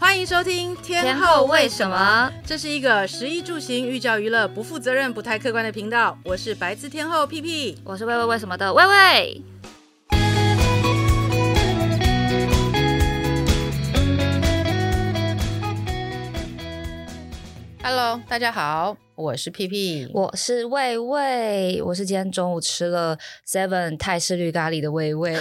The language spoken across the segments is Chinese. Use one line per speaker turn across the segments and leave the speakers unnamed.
欢迎收听《天后为什么》，这是一个食衣住行、寓教于乐、不负责任、不太客观的频道。我是白字天后屁屁。
我是喂喂为什么的喂喂。
Hello，大家好，我是屁屁。
我是魏魏，我是今天中午吃了 Seven 泰式绿咖喱的魏 魏，因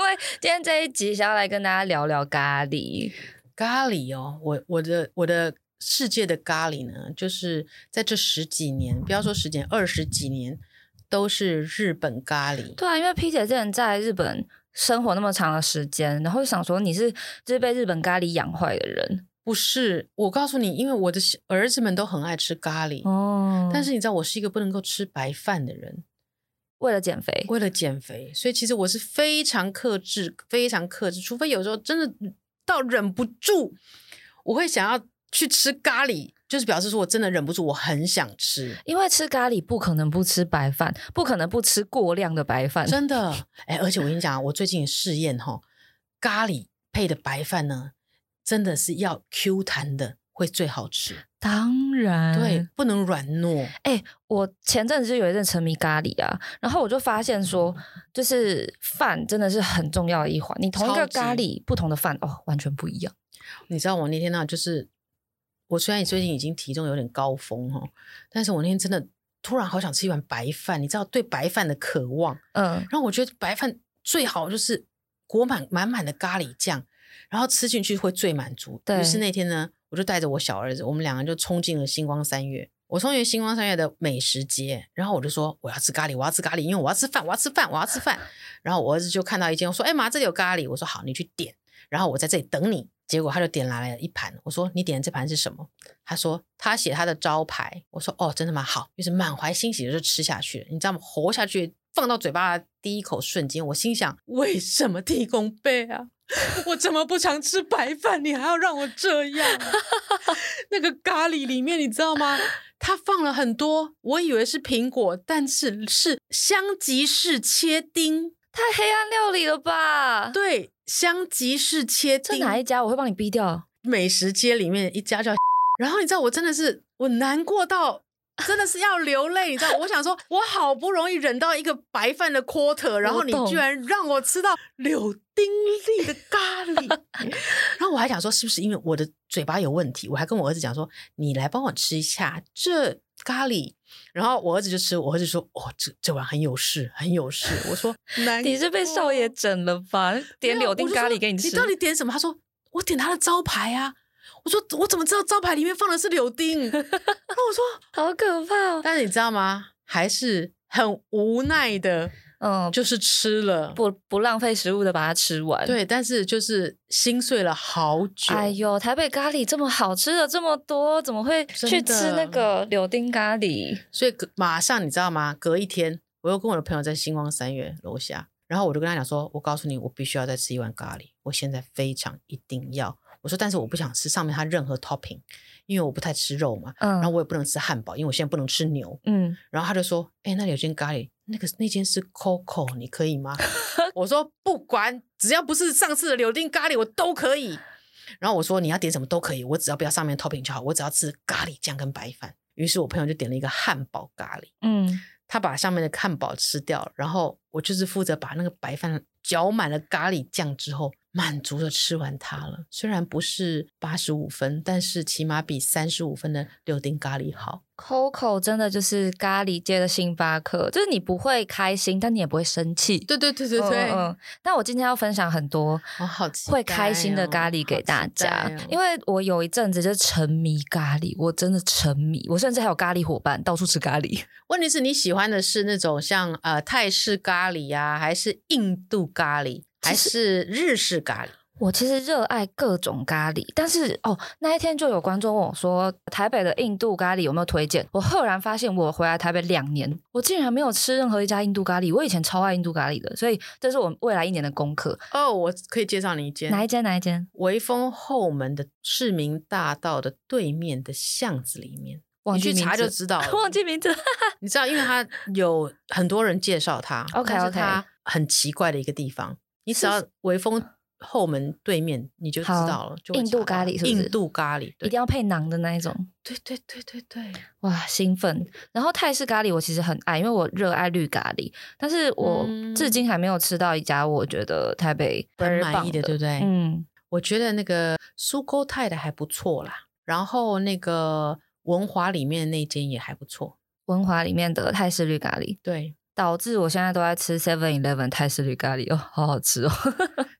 为今天这一集想要来跟大家聊聊咖喱。
咖喱哦，我我的我的世界的咖喱呢，就是在这十几年，不要说十几年，二十几年，都是日本咖喱。
对啊，因为 P 姐之前在日本生活那么长的时间，然后就想说你是就是被日本咖喱养坏的人
不是，我告诉你，因为我的小儿子们都很爱吃咖喱，
哦
但是你知道，我是一个不能够吃白饭的人。
为了减肥，
为了减肥，所以其实我是非常克制，非常克制，除非有时候真的到忍不住，我会想要去吃咖喱，就是表示说我真的忍不住，我很想吃，
因为吃咖喱不可能不吃白饭，不可能不吃过量的白饭。
真的。哎，而且我跟你讲啊，我最近也试验哈、咖喱配的白饭呢，真的是要 Q 弹的会最好吃，
当然，
对，不能软糯。
哎、我前阵子就有一阵沉迷咖喱啊，然后我就发现说，
嗯
就是饭真的是很重要的一环。你同一个
超级
咖喱，不同的饭哦，完全不一样。
你知道我那天呢、就是我虽然最近已经体重有点高峰哈，但是我那天真的突然好想吃一碗白饭，你知道对白饭的渴望。
嗯，
然后我觉得白饭最好就是裹满满满的咖喱酱，然后吃进去会最满足。
对
于是那天呢，我就带着我小儿子，我们两个人就冲进了星光三月。我冲进星光三月的美食街，然后我就说我要吃咖喱，我要吃咖喱，因为我要吃饭，我要吃饭，我要吃饭。然后我儿子就看到一间，我说：“哎妈，这里有咖喱。”我说：“好，你去点。”然后我在这里等你。结果他就点来了一盘，我说：“你点的这盘是什么？”他说：“他写他的招牌。”我说：“哦，真的吗？好。”于是满怀欣喜的就吃下去了。你知道吗？活下去，放到嘴巴的第一口瞬间，我心想：为什么地宫背啊？ 我怎么不常吃白饭？你还要让我这样 啊、那个咖喱里面，你知道吗？它放了很多，我以为是苹果，但是是香吉士切丁。
太黑暗料理了吧？
对，香吉士切
这
丁，
哪一家？我会帮你逼掉。
美食街里面一家叫，然后你知道我真的是我难过到真的是要流泪，你知道，我想说我好不容易忍到一个白饭的 quarter，然后你
懂
居然让我吃到柳丁粒的咖喱， 然后我还想说是不是因为我的嘴巴有问题，我还跟我儿子讲说你来帮我吃一下这咖喱。然后我儿子就吃，我儿子说：“哦，这这碗很有势，很有势。”我说：“难
你是被少爷
过
整了吧？
哎没
点
有
柳
我
丁
就
咖
说
喱给你吃，
你到底点什么？他说我点他的招牌啊。我说我怎么知道招牌里面放的是柳丁？ 然后我说，
好可怕哦。
但是你知道吗？还是很无奈的，
嗯，
就是吃了。
不不浪费食物的把它吃完。，
对，但是就是心碎了好久。
哎呦，台北咖喱这么好吃的这么多，怎么会去
真的
吃那个柳丁咖喱？
所以隔马上你知道吗？隔一天，我又跟我的朋友在星光三月楼下，然后我就跟他讲说，我告诉你，我必须要再吃一碗咖喱，我现在非常一定要。我说，但是我不想吃上面它任何 topping，因为我不太吃肉嘛，
嗯
然后我也不能吃汉堡，因为我现在不能吃牛。
嗯，
然后他就说：“哎、那里有间咖喱，那个那间是 Coco，你可以吗？” 我说：“不管，只要不是上次的柳丁咖喱，我都可以。”然后我说：“你要点什么都可以，我只要不要上面 topping 就好，我只要吃咖喱酱跟白饭。”于是我朋友就点了一个汉堡咖喱，
嗯，
他把上面的汉堡吃掉了，然后我就是负责把那个白饭搅满了咖喱酱之后，满足的吃完它了。虽然不是八十五分，但是起码比三十五分的柳丁咖喱好。
Coco 真的就是咖喱界的星巴克，就是你不会开心，但你也不会生气。
对对对对对，
嗯嗯。那我今天要分享很多
我好期哦
会开心的咖喱给大家，因
为
为我有一阵子就沉迷咖喱，我真的沉迷，我甚至还有咖喱伙伴到处吃咖喱。
问题是你喜欢的是那种像呃泰式咖喱呀、还是印度咖喱，还是日式咖喱？
我其实热爱各种咖喱，但是哦，那一天就有观众问我说，台北的印度咖喱有没有推荐？我赫然发现，我回来台北两年，我竟然没有吃任何一家印度咖喱。我以前超爱印度咖喱的，所以这是我未来一年的功课。
哦，我可以介绍你一间
哪一间？哪一间？
微风后门的市民大道的对面的巷子里面，
忘
你
记
去
名
查就
字
知道了。
忘记名字。
你知道，因为它有很多人介绍它
OK，OK
但是它很奇怪的一个地方。你只要微风后门对面，你就知
好
道了。就会
印度
查到
咖喱是不是
印度咖喱，
一
对
定要配馕的那一种。
对对对对对，
哇，兴奋！然后泰式咖喱我其实很爱，因为我热爱绿咖喱，但是我
嗯
至今还没有吃到一家我觉得台北
很
倍儿
满
棒
意的，对不对？
嗯，
我觉得那个苏沟泰的还不错啦，然后那个文华里面那间也还不错。
文华里面的泰式绿咖喱，
对
导致我现在都在吃 Seven Eleven 泰式绿咖喱哦，好好吃哦。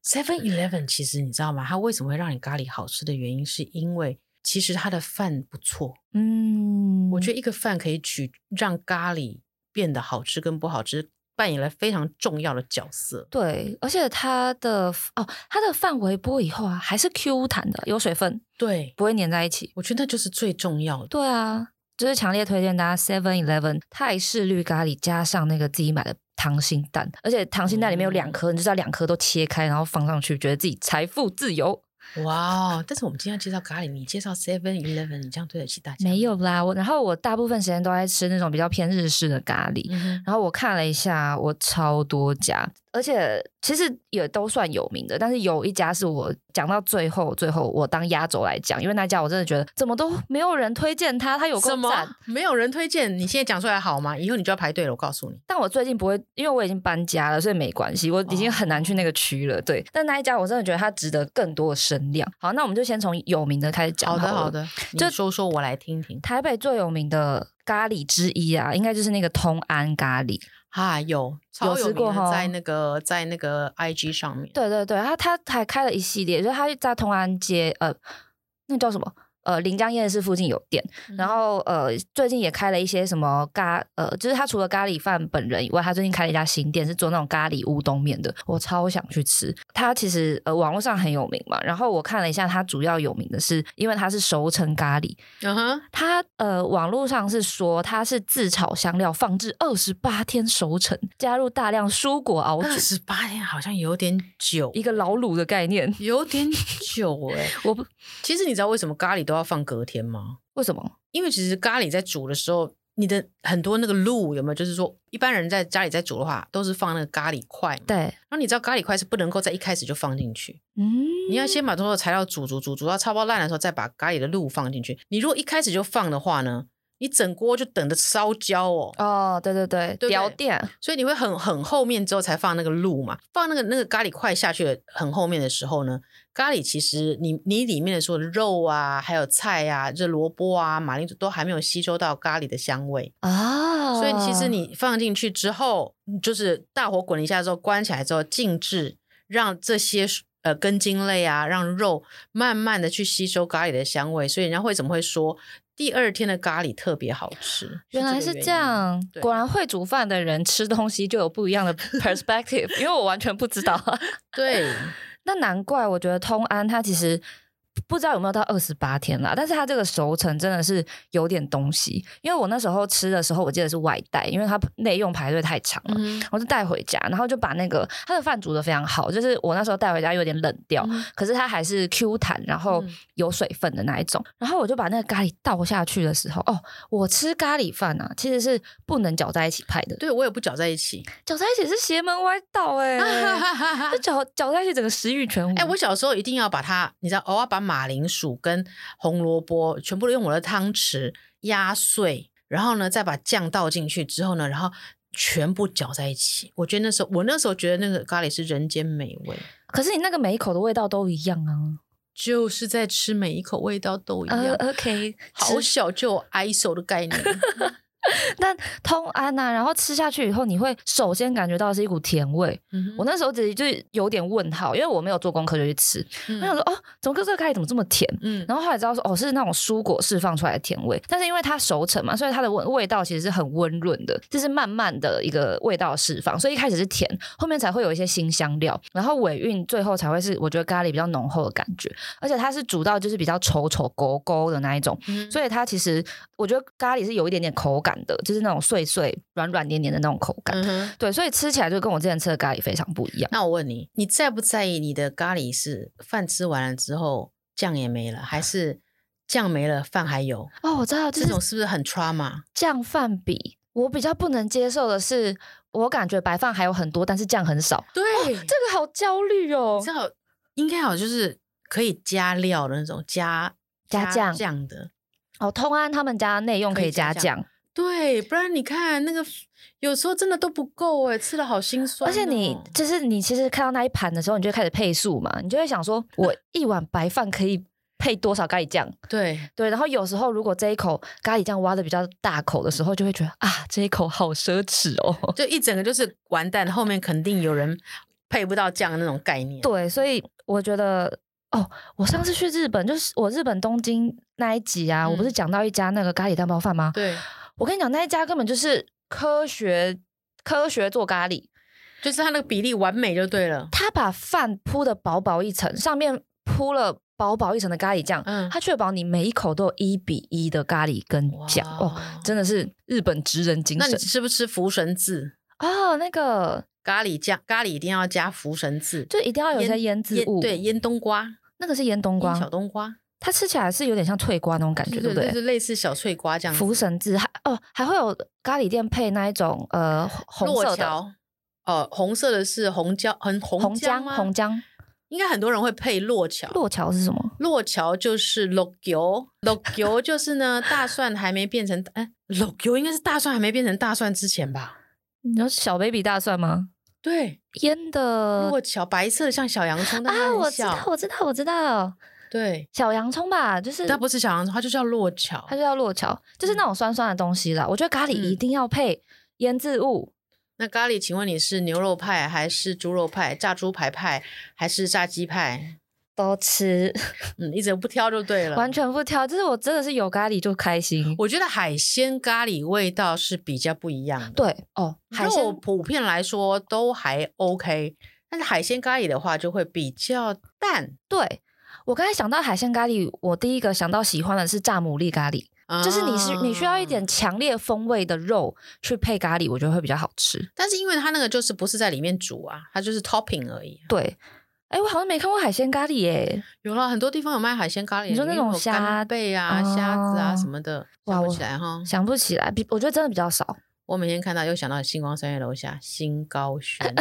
，Seven Eleven 其实你知道吗？它为什么会让你咖喱好吃的原因，是因为其实它的饭不错。
嗯，
我觉
得
得一个饭可以取让咖喱变得好吃跟不好吃，扮演了非常重要的角色。
对，而且它的哦，它的饭微波以后啊，还是 Q 弹的，有水分，
对，
不会粘在一起。
我觉得那就是最重要的。
对啊，就是强烈推荐大家 Seven Eleven 泰式绿咖喱加上那个自己买的溏心蛋，而且溏心蛋里面有两颗，你就知道两颗都切开，然后放上去，觉得自己财富自由。
哇哦！但是我们今天要介绍咖喱，你介绍 Seven Eleven，你这样对得起大家吗
没？有啦，我然后我大部分时间都在吃那种比较偏日式的咖喱。
嗯哼
然后我看了一下，我超多家，而且其实也都算有名的，但是有一家是我讲到最后，最后我当压轴来讲，因为那家我真的觉得怎么都没有人推荐它，它有
什
够赞
么。？没有人推荐？你现在讲出来好吗？以后你就要排队了，我告诉你。
但我最近不会，因为我已经搬家了，所以没关系，我已经很
哦
难去那个区了。对，但那一家我真的觉得它值得更多的声量。好，那我们就先从有名的开始讲
好
好
的，
了
好。的，你
就
说说，我来听听。
台北最有名的咖喱之一啊，应该就是那个通安咖喱。
啊，有超
吃
有名
过
的，
吼
在那个在那个 IG 上面。
对对对，他他还开了一系列，就是他在同安街呃，那叫什么？呃，临江夜市附近有店，
嗯
然后呃，最近也开了一些什么咖呃，就是他除了咖喱饭本人以外，他最近开了一家新店，是做那种咖喱乌冬面的，我超想去吃。他其实呃网络上很有名嘛，然后我看了一下，他主要有名的是因为他是熟成咖喱，
嗯哼，
他呃，网络上是说它是自炒香料，放置二十八天熟成，加入大量蔬果熬
二
煮，
十八天好像有点久，
一个老卤的概念。
有点 久哎、
我不
其实你知道为什么咖喱都要放隔天吗？
为什么？
因为其实咖喱在煮的时候，你的很多那个露有没有？就是说，一般人在家里在煮的话，都是放那个咖喱块嘛。
对，
然后你知道咖喱块是不能够在一开始就放进去，
嗯，
你要先把所有材料煮煮煮煮到差不多烂的时候，再把咖喱的露放进去。你如果一开始就放的话呢，你整锅就等着烧焦哦。
哦，对对对，
对
屌店
所以你会很很后面之后才放那个露嘛，放那个那个咖喱块下去的很后面的时候呢，咖喱其实你你里面的所有的肉啊，还有菜啊，这萝卜啊、马铃薯都还没有吸收到咖喱的香味，
啊，
所以其实你放进去之后，嗯就是大火滚一下之后关起来之后静置，让这些呃根茎类啊，让肉慢慢的去吸收咖喱的香味，所以人家会怎么会说第二天的咖喱特别好吃？
原来
个
是
原
这
因。
样
对，
果然会煮饭的人吃东西就有不一样的 perspective，因为我完全不知道 啊。
对，
那难怪我觉得通安它其实不知道有没有到二十八天啦，但是它这个熟成真的是有点东西。因为我那时候吃的时候，我记得是外带，因为它内用排队太长了。
嗯
我就带回家，然后就把那个它的饭煮的非常好，就是我那时候带回家有点冷掉，
哼，
可是它还是 Q 弹，然后
嗯
有水分的那一种。然后我就把那个咖喱倒下去的时候，哦，我吃咖喱饭啊，其实是不能搅在一起派的，
对我也不搅在一起。
搅在一起是邪门歪道 哎、欸，
哎
这、搅搅在一起整个食欲全无。
我小时候一定要把它，你知道，偶尔把马铃薯跟红萝卜全部都用我的汤匙压碎，然后呢，再把酱倒进去之后呢，然后全部搅在一起。我觉得那时候，我那时候觉得那个咖喱是人间美味，
可是你那个每一口的味道都一样啊。
就是在吃每一口味道都一样。
呃，OK，
好
吃
小就有挨手的概 念，
但通安呐、然后吃下去以后，你会首先感觉到是一股甜味。
嗯
我那时候只就是有点问号，因为我没有做功课就去吃，
嗯
我想说哦，怎么这个咖喱怎么这么甜？
嗯，
然后后来知道说，哦，是那种蔬果释放出来的甜味，但是因为它熟成嘛，所以它的味味道其实是很温润的，这是慢慢的一个味道释放，所以一开始是甜，后面才会有一些新香料，然后尾韵最后才会是我觉得咖喱比较浓厚的感觉，而且它是煮到就是比较稠稠勾勾的那一种，
嗯
所以它其实我觉得咖喱是有一点点口感的，就是那种碎碎软软黏黏的那种口感，
嗯哼
对，所以吃起来就跟我之前吃的咖喱非常不一样。
那我问你，你在不在意你的咖喱是饭吃完了之后酱也没了，还是酱没了饭还有？
哦，我知道，就
这
是
种是不是很 trauma？
酱饭比，我比较不能接受的是，我感觉白饭还有很多，但是酱很少，
对，
这个好焦虑哦
你知。道应该有就是可以加料的那种加
加酱
酱的，
哦，通安他们家内用可以加
可以加
酱，
对，不然你看那个有时候真的都不够哎，吃的好心酸哦、
而且你就是你其实看到那一盘的时候，你就会开始配数嘛，你就会想说， 我一碗白饭可以配多少咖喱酱？
对
对，然后有时候如果这一口咖喱酱挖的比较大口的时候，就会觉得啊，这一口好奢侈哦。
就一整个就是完蛋，后面肯定有人配不到酱的那种概念。
对，所以我觉得哦，我上次去日本，就是我日本东京那一集啊，我不是
嗯
讲到一家那个咖喱蛋包饭吗？
对，
我跟你讲，那一家根本就是科学科学做咖喱，
就是它那个比例完美就对了。
他把饭铺的薄薄一层，上面铺了薄薄一层的咖喱酱，
嗯
他确保你每一口都有一比一的咖喱跟酱
哇
哦，真的是日本职人精
那
神
你吃不吃福神字？
哦。那个
咖喱酱咖喱一定要加福神字，
就一定要有一些腌制物，
对，，腌冬瓜、
那个是腌冬
腌
瓜
小，冬瓜，
它吃起来是有点像脆瓜那种感觉，对
就
不
是
对？
就是类似小脆瓜这样子。
福神字还哦，还会有咖喱店配那一种呃红
落
色的
桥，呃，红色的是红椒，很红
红
姜
姜
吗
红姜
应该很多人会配落桥。
落桥是什么？
落桥就是 l o g o l o g o 就是呢，大蒜还没变成哎 l o g o 应该是大蒜还没变成大蒜之前吧？
你知道小 baby 大蒜吗？
对，
腌的
落桥白色的像小洋葱，但
呃啊，
它
我
很
知
小，
道，我知道，我知道，
对，
小洋葱吧，就是
它不嗯是小洋葱，它就叫落桥
它。就叫落桥，就是那种酸酸的东西啦。我觉得咖喱一
嗯
定要配腌制物，
那咖喱，请问你是牛肉派还是猪肉派、炸猪排派还是炸鸡派？
都吃，
嗯，一直不挑就对了。
完全不挑。就是我真的是有咖喱就开心。
我觉得海鲜咖喱味道是比较不一样的。
对哦，海
肉
鲜
普遍来说都还 OK，但是海鲜咖喱的话就会比较淡，
对。我刚才想到海鲜咖喱，我第一个想到喜欢的是炸牡蛎咖喱，就是你是你需要一
啊
点强烈风味的肉去配咖喱，我觉得会比较好吃。
但是因为它那个就是不是在里面煮啊，它就是 topping 而已啊。
对，哎，我好像没看过海鲜咖喱耶，
有了很多地方有卖海鲜咖喱，
你说那
里面
种
有干
虾
贝啊、虾子啊
哦
什么的，
哇
想不
我
起来哈。
想不起来，比我觉得真的比较少。
我每天看到又想到星光三月楼下新高轩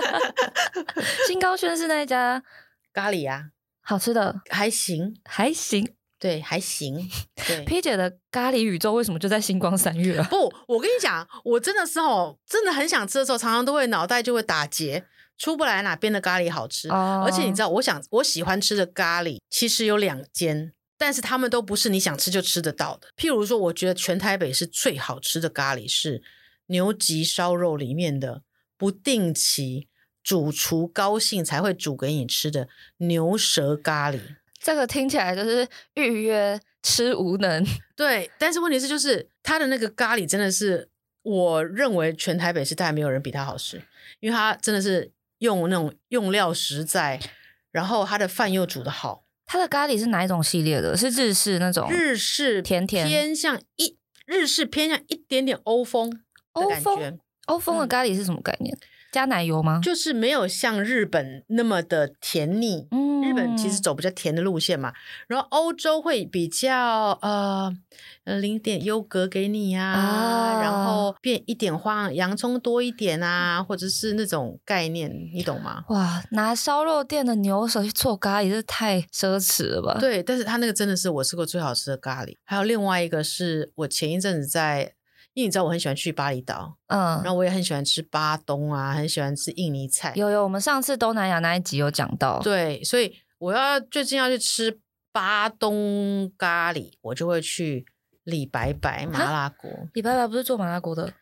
新高轩是那一家
咖喱啊，
好吃的，
还行，
还行。
对，还行，对。
P 姐的咖喱宇宙为什么就在星光三月啊？
不，我跟你讲，我真的是哦，真的很想吃的时候，常常都会脑袋就会打结，出不来哪边的咖喱好吃。
哦
而且你知道，我想我喜欢吃的咖喱其实有两间，但是他们都不是你想吃就吃得到的。譬如说，我觉得全台北是最好吃的咖喱是牛脊烧肉里面的不定期主厨高兴才会煮给你吃的牛舌咖喱。
这个听起来就是预约吃无能，
对，但是问题是，就是它的那个咖喱真的是，我认为全台北市大概没有人比它好吃，因为它真的是用那种用料实在，然后它的饭又煮得好，
它的咖喱是哪一种系列的？是日式那种
日式
甜甜
偏向一日式偏向一点点欧风的
欧
感
风
觉，
欧风的咖喱是什么概念？加奶油吗？
嗯就是没有像日本那么的甜腻。
嗯
日本其实走比较甜的路线嘛，然后欧洲会比较呃呃淋点优格给你啊，
啊
然后变一点花洋葱多一点啊，或者是那种概念，你懂吗？
哇，拿烧肉店的牛舌去做咖喱，这太奢侈了吧？，
对，但是它那个真的是我吃过最好吃的咖喱。还有另外一个是我前一阵子在，因为你知道我很喜欢去巴厘岛，
嗯
然，后我也很喜欢吃巴东啊，很喜欢吃印尼菜，
有有，我们上次东南亚那一集有讲到，
对，所以我要最近要去吃巴东咖喱，我就会去李白白麻辣锅。
李白白不是做麻辣锅的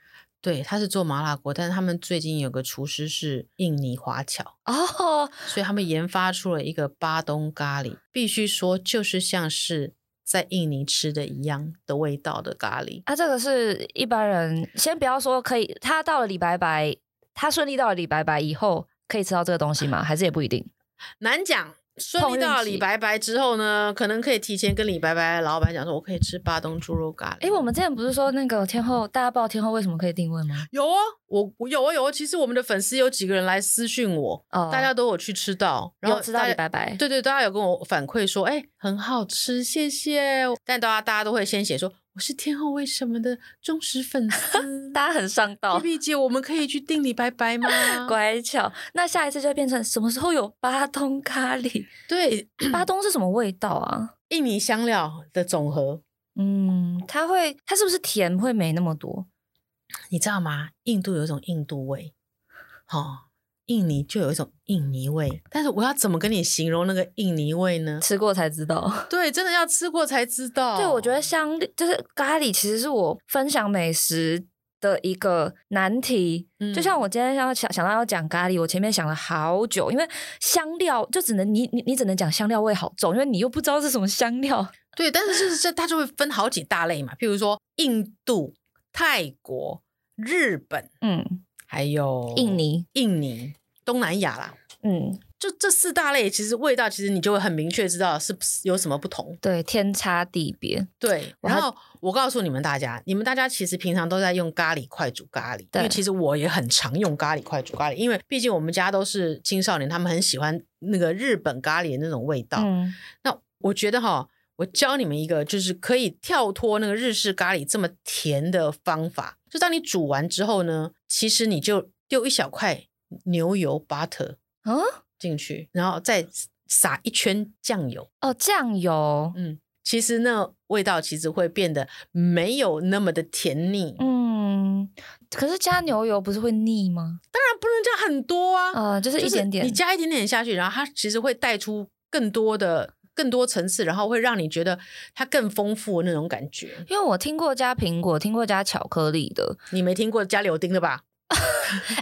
对，他是做麻辣锅，但是他们最近有个厨师是印尼华侨，
哦，
所以他们研发出了一个巴东咖喱，必须说就是像是在印尼吃的一样的味道的咖喱。
啊，这个是一般人先不要说可以，他到了李白白，他顺利到了李白白以后，可以吃到这个东西吗？还是也不一定？
难讲。顺
碰
利
运
到了
气
李白白之后呢，可能可以提前跟李白白的老板讲说，我可以吃巴东猪肉咖喱。
诶，哎我们之前不是说那个天后大家报天后为什么可以定位吗？
有哦，我我有哦有哦。其实我们的粉丝有几个人来私讯我，
哦，
大家都有去吃到，然后
有吃到
大家
李白白，
对对，大家有跟我反馈说，哎、很好吃，谢谢。但大家大家都会先写说，我我是天后为什么的忠实粉丝。
大家很上道
B，B 姐，我们可以去定礼拜拜吗？
乖巧。那下一次就会变成什么时候有巴东咖 喱？
对，
巴东是什么味道啊？
印尼香料的总和，
嗯，它会，它是不是甜会没那么多？
你知道吗？印度有一种印度味，哦，印尼就有一种印尼味。但是我要怎么跟你形容那个印尼味呢？
吃过才知道。哦
对，真的要吃过才知道。
对，我觉得香就是咖喱，其实是我分享美食的一个难题。
嗯
就像我今天要想想到要讲咖喱，我前面想了好久，因为香料就只能你你你只能讲香料味好重，因为你又不知道是什么香料。
对，但是就是这它就会分好几大类嘛，譬如说印度、泰国、日本，
嗯，哦
还有
印、尼，
印尼、东南亚啦。
嗯，
就这四大类，其实味道其实你就会很明确知道是不是有什么不同。
对，天差地别。
对，
我还
然后我告诉你们大家，你们大家其实平常都在用咖喱块煮咖喱，因
对
为其实我也很常用咖喱块煮咖喱，因为毕竟我们家都是青少年，他们很喜欢那个日本咖喱的那种味道。
嗯，
那我觉得哈，我教你们一个就是可以跳脱那个日式咖喱这么甜的方法，就当你煮完之后呢，其实你就丢一小块牛油 butter
啊，
进去，然后再撒一圈酱油，
哦，酱油，
嗯，其实那味道其实会变得没有那么的甜腻，当
嗯，可是加牛油不是会腻吗？
然不能加很多啊，
呃，就是一
就是
点点。
你加一点点下去，然后它其实会带出更多的。更多层次，然后会让你觉得它更丰富的那种感觉。
因为我听过加苹果，听过加巧克力的，
你没听过加柳丁的吧？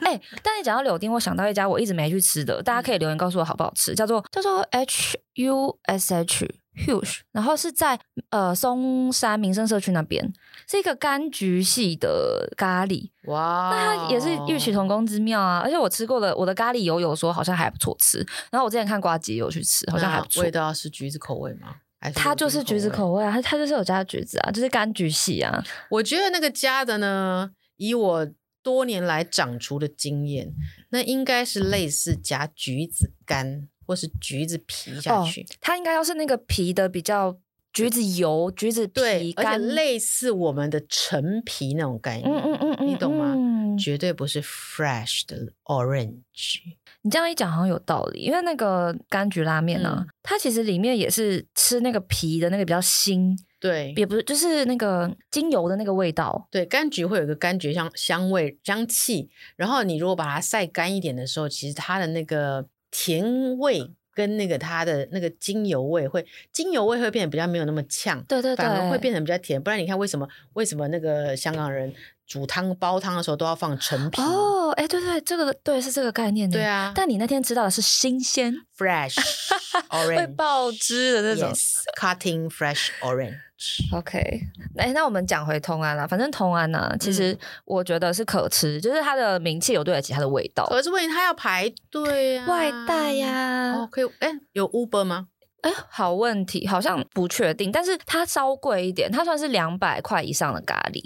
哎、但你讲到柳丁，我想到一家我一直没去吃的，大家可以留言告诉我好不好吃，叫做叫做 H U S H Huge，然后是在呃松山民生社区那边，是一个柑橘系的咖喱，
哇哦
那它也是异曲同工之妙啊。而且我吃过的，我的咖喱油有说好像还不错吃，然后我之前看瓜姐有去吃，好像还不错
味。道是橘子口味吗？还
它就是橘子口
味。
味啊，它它就是有加橘子啊，就是柑橘系啊。
我觉得那个加的呢，以我多年来掌厨的经验，那应该是类似加橘子干或是橘子皮下去。
它应该要是那个皮的比较橘子油、橘子
对
皮，
而且
干
类似我们的陈皮那种概念，
嗯嗯嗯嗯，
你懂吗
嗯
绝对不是 fresh 的 orange。
你这样一讲好像有道理，因为那个柑橘拉面呢、啊
嗯
它其实里面也是吃那个皮的那个比较腥，
对
也不是就是那个精油的那个味道。
对，柑橘会有一个柑橘香香味香气，然后你如果把它晒干一点的时候，其实它的那个甜味跟那个它的那个精油味会，精油味会变得比较没有那么呛，
对对对，
反而会变得比较甜。不然你看为什么为什么那个香港人煮汤煲汤的时候都要放陈皮？
哦，哎，对对，这个对是这个概念。
对。啊，
但你那天吃到的是新鲜
fresh orange
会爆汁的那种。
yes, cutting fresh orange。
OK，哎，那我们讲回通安啦、反正通安呢、其实我觉得是可吃，就是它的名气有对得起它的味道。
可是问题他要排队啊，
外带呀、、
哦，可以，哎，有 Uber 吗？
哎，嗯好问题，好像不确定，但是它稍贵一点，它算是两百块以上的咖喱。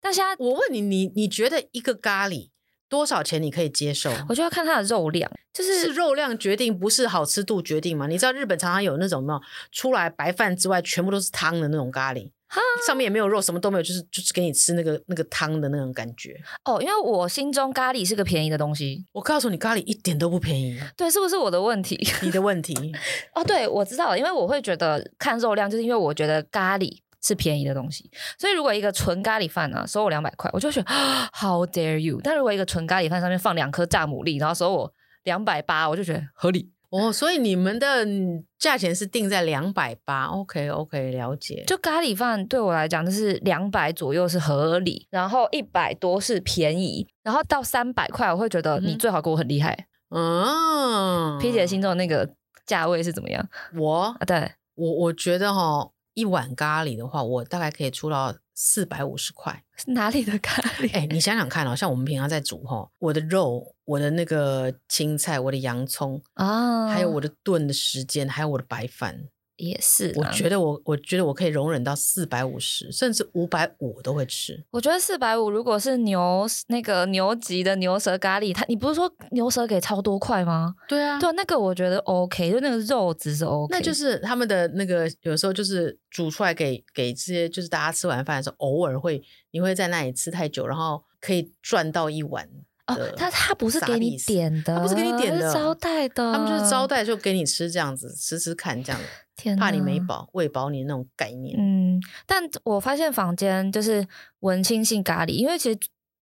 但现在
我问你，你你觉得一个咖喱多少钱你可以接受？
我就要看它的肉量，就是
是肉量决定，不是好吃度决定吗？你知道日本常常有那种没有出来白饭之外全部都是汤的那种咖喱
哈，
上面也没有肉，什么都没有，就是就是给你吃那个那个汤的那种感 觉。
哦，因为我心中咖喱是个便宜的东西，
我告诉你，咖喱一点都不便宜，
对，是不是我的问题？
你的问 题。
哦，对，我知道了，因为我会觉得看肉量，就是因为我觉得咖喱。是便宜的东西，所以如果一个纯咖喱饭呢、收我两百块，我就会觉得 How dare you！但如果一个纯咖喱饭上面放两颗炸牡蛎，然后收我两百八，我就觉得合理。
哦，所以你们的嗯价钱是定在两百八，OK OK，了解。
就咖喱饭对我来讲，就是两百左右是合理，然后一百多是便宜，然后到三百块，我会觉得
嗯哼
你最好给我很厉害。
嗯，
P 姐心中的那个价位是怎么样
我
啊？对，
我我觉得哈、一碗咖喱的话，我大概可以出到四百五十块。
是哪里的咖喱？
哎、你想想看哦，像我们平常在煮哈，我的肉、我的那个青菜、我的洋葱，
啊
嗯还有我的炖的时间，还有我的白饭，
也是
我
啦，
觉得我我觉得我可以容忍到四百五十，甚至五百五我都会吃。
我觉得四百五如果是牛那个牛脊的牛舌咖喱，它你不是说牛舌给超多块吗？
对啊
对啊，那个我觉得 OK，就那个肉质是 OK，
那就是他们的那个，有时候就是煮出来给给这些，就是大家吃完饭的时候，偶尔会你会在那里吃太久，然后可以赚到一碗
哦
的，
它它不是给你
service
点的，
它不是给你点
它是
的
招待的，
他们就是招，待就给你吃这样子，吃吃看这样，
天
怕你
哪
没饱，喂饱你那种概念。
嗯，但我发现房间就是文青性咖喱，因为其实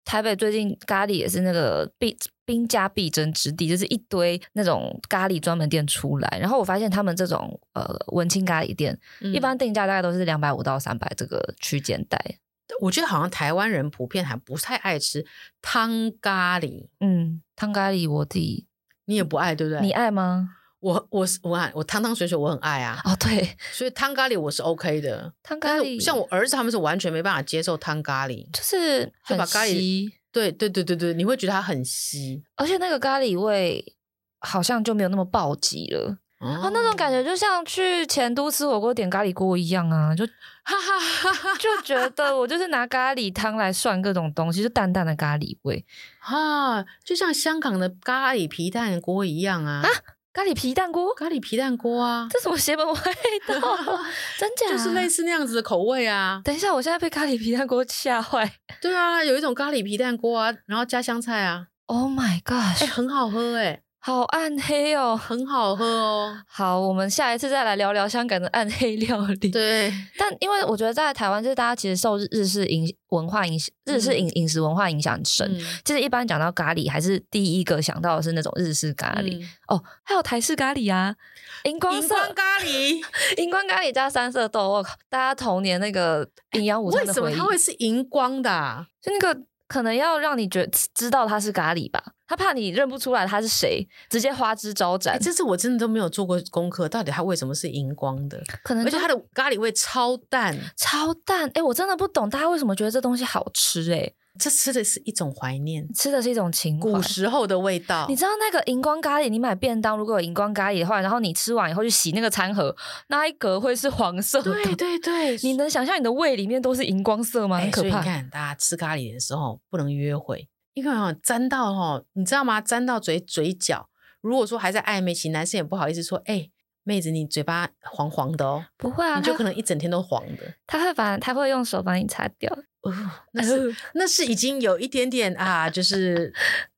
台北最近咖喱也是那个必兵家必争之地，就是一堆那种咖喱专门店出来。然后我发现他们这种呃文青咖喱店，
嗯
一般定价大概都是两百五到三百这个区间带。
我觉得好像台湾人普遍还不太爱吃汤咖喱，
嗯，汤咖喱我自己
你也不爱对不对？
你爱吗？
我我是我爱啊我汤汤水水我很爱啊，
哦，对，
所以汤咖喱我是 OK 的。
汤
但
咖喱
是像我儿子他们是完全没办法接受汤咖喱，
就是
就
很
把咖喱
稀
对对对对对，你会觉得它很稀
而且那个咖喱味好像就没有那么暴击了。
哦
哦，那种感觉就像去前都吃火锅点咖喱锅一样啊，就就
哈哈哈哈
觉得我就是拿咖喱汤来涮各种东西，就淡淡的咖喱味，
哈啊，就像香港的咖喱皮蛋锅一样啊，
咖喱皮蛋锅，
咖喱皮蛋锅啊，
这什么邪门味道？啊 真假？
就是类
似。
似那样子的口味啊。
等一下，我现在被咖喱皮蛋锅吓坏
对啊，有一种咖喱皮蛋锅啊，然后加香菜啊，
！Oh my
哎、
gosh，
很好喝哎、
好暗黑哦。
很好喝哦。
好，我们下一次再来聊聊香港的暗黑料理。
对，
但因为我觉得在台湾，就是大家其实受日日式饮文化影日式饮饮食文化影响很深，
嗯
就是一般讲到咖喱，还是第一个想到的是那种日式咖喱、
嗯
哦，还有台式咖喱啊，荧光
荧
色
光咖 喱，
荧光咖喱加三色豆，我靠，大家童年那个营养午餐
为
的
什么
回忆，
它会是荧光的、啊？
就那个可能要让你觉知道它是咖喱吧，他怕你认不出来他是谁，直接花枝招展，
哎，这次我真的都没有做过功课，到底它为什么是荧光的？
可能
而且
就
它的咖喱味超淡，
超淡，哎、我真的不懂大家为什么觉得这东西好吃、哎，
这吃的是一种怀念，
吃的是一种情怀
古。时候的味道
你。知道那个荧光咖喱，你买便当如果有荧光咖喱的话，然后你吃完以后去洗那个餐盒，那一格会是黄色的。
对对对，
你能想象你的胃里面都是荧光色吗？
哎
很可
所以
怕。
你看，大家吃咖喱的时候不能约会，因为哦沾到哦，你知道吗？沾到嘴嘴角，如果说还在暧昧期，男生也不好意思说，哎，妹子你嘴巴黄黄的哦，
不会啊，
你就
他
可能一整天都黄的。
他会把他会用手帮你擦掉。
哦，那是那是已经有一点点啊，就是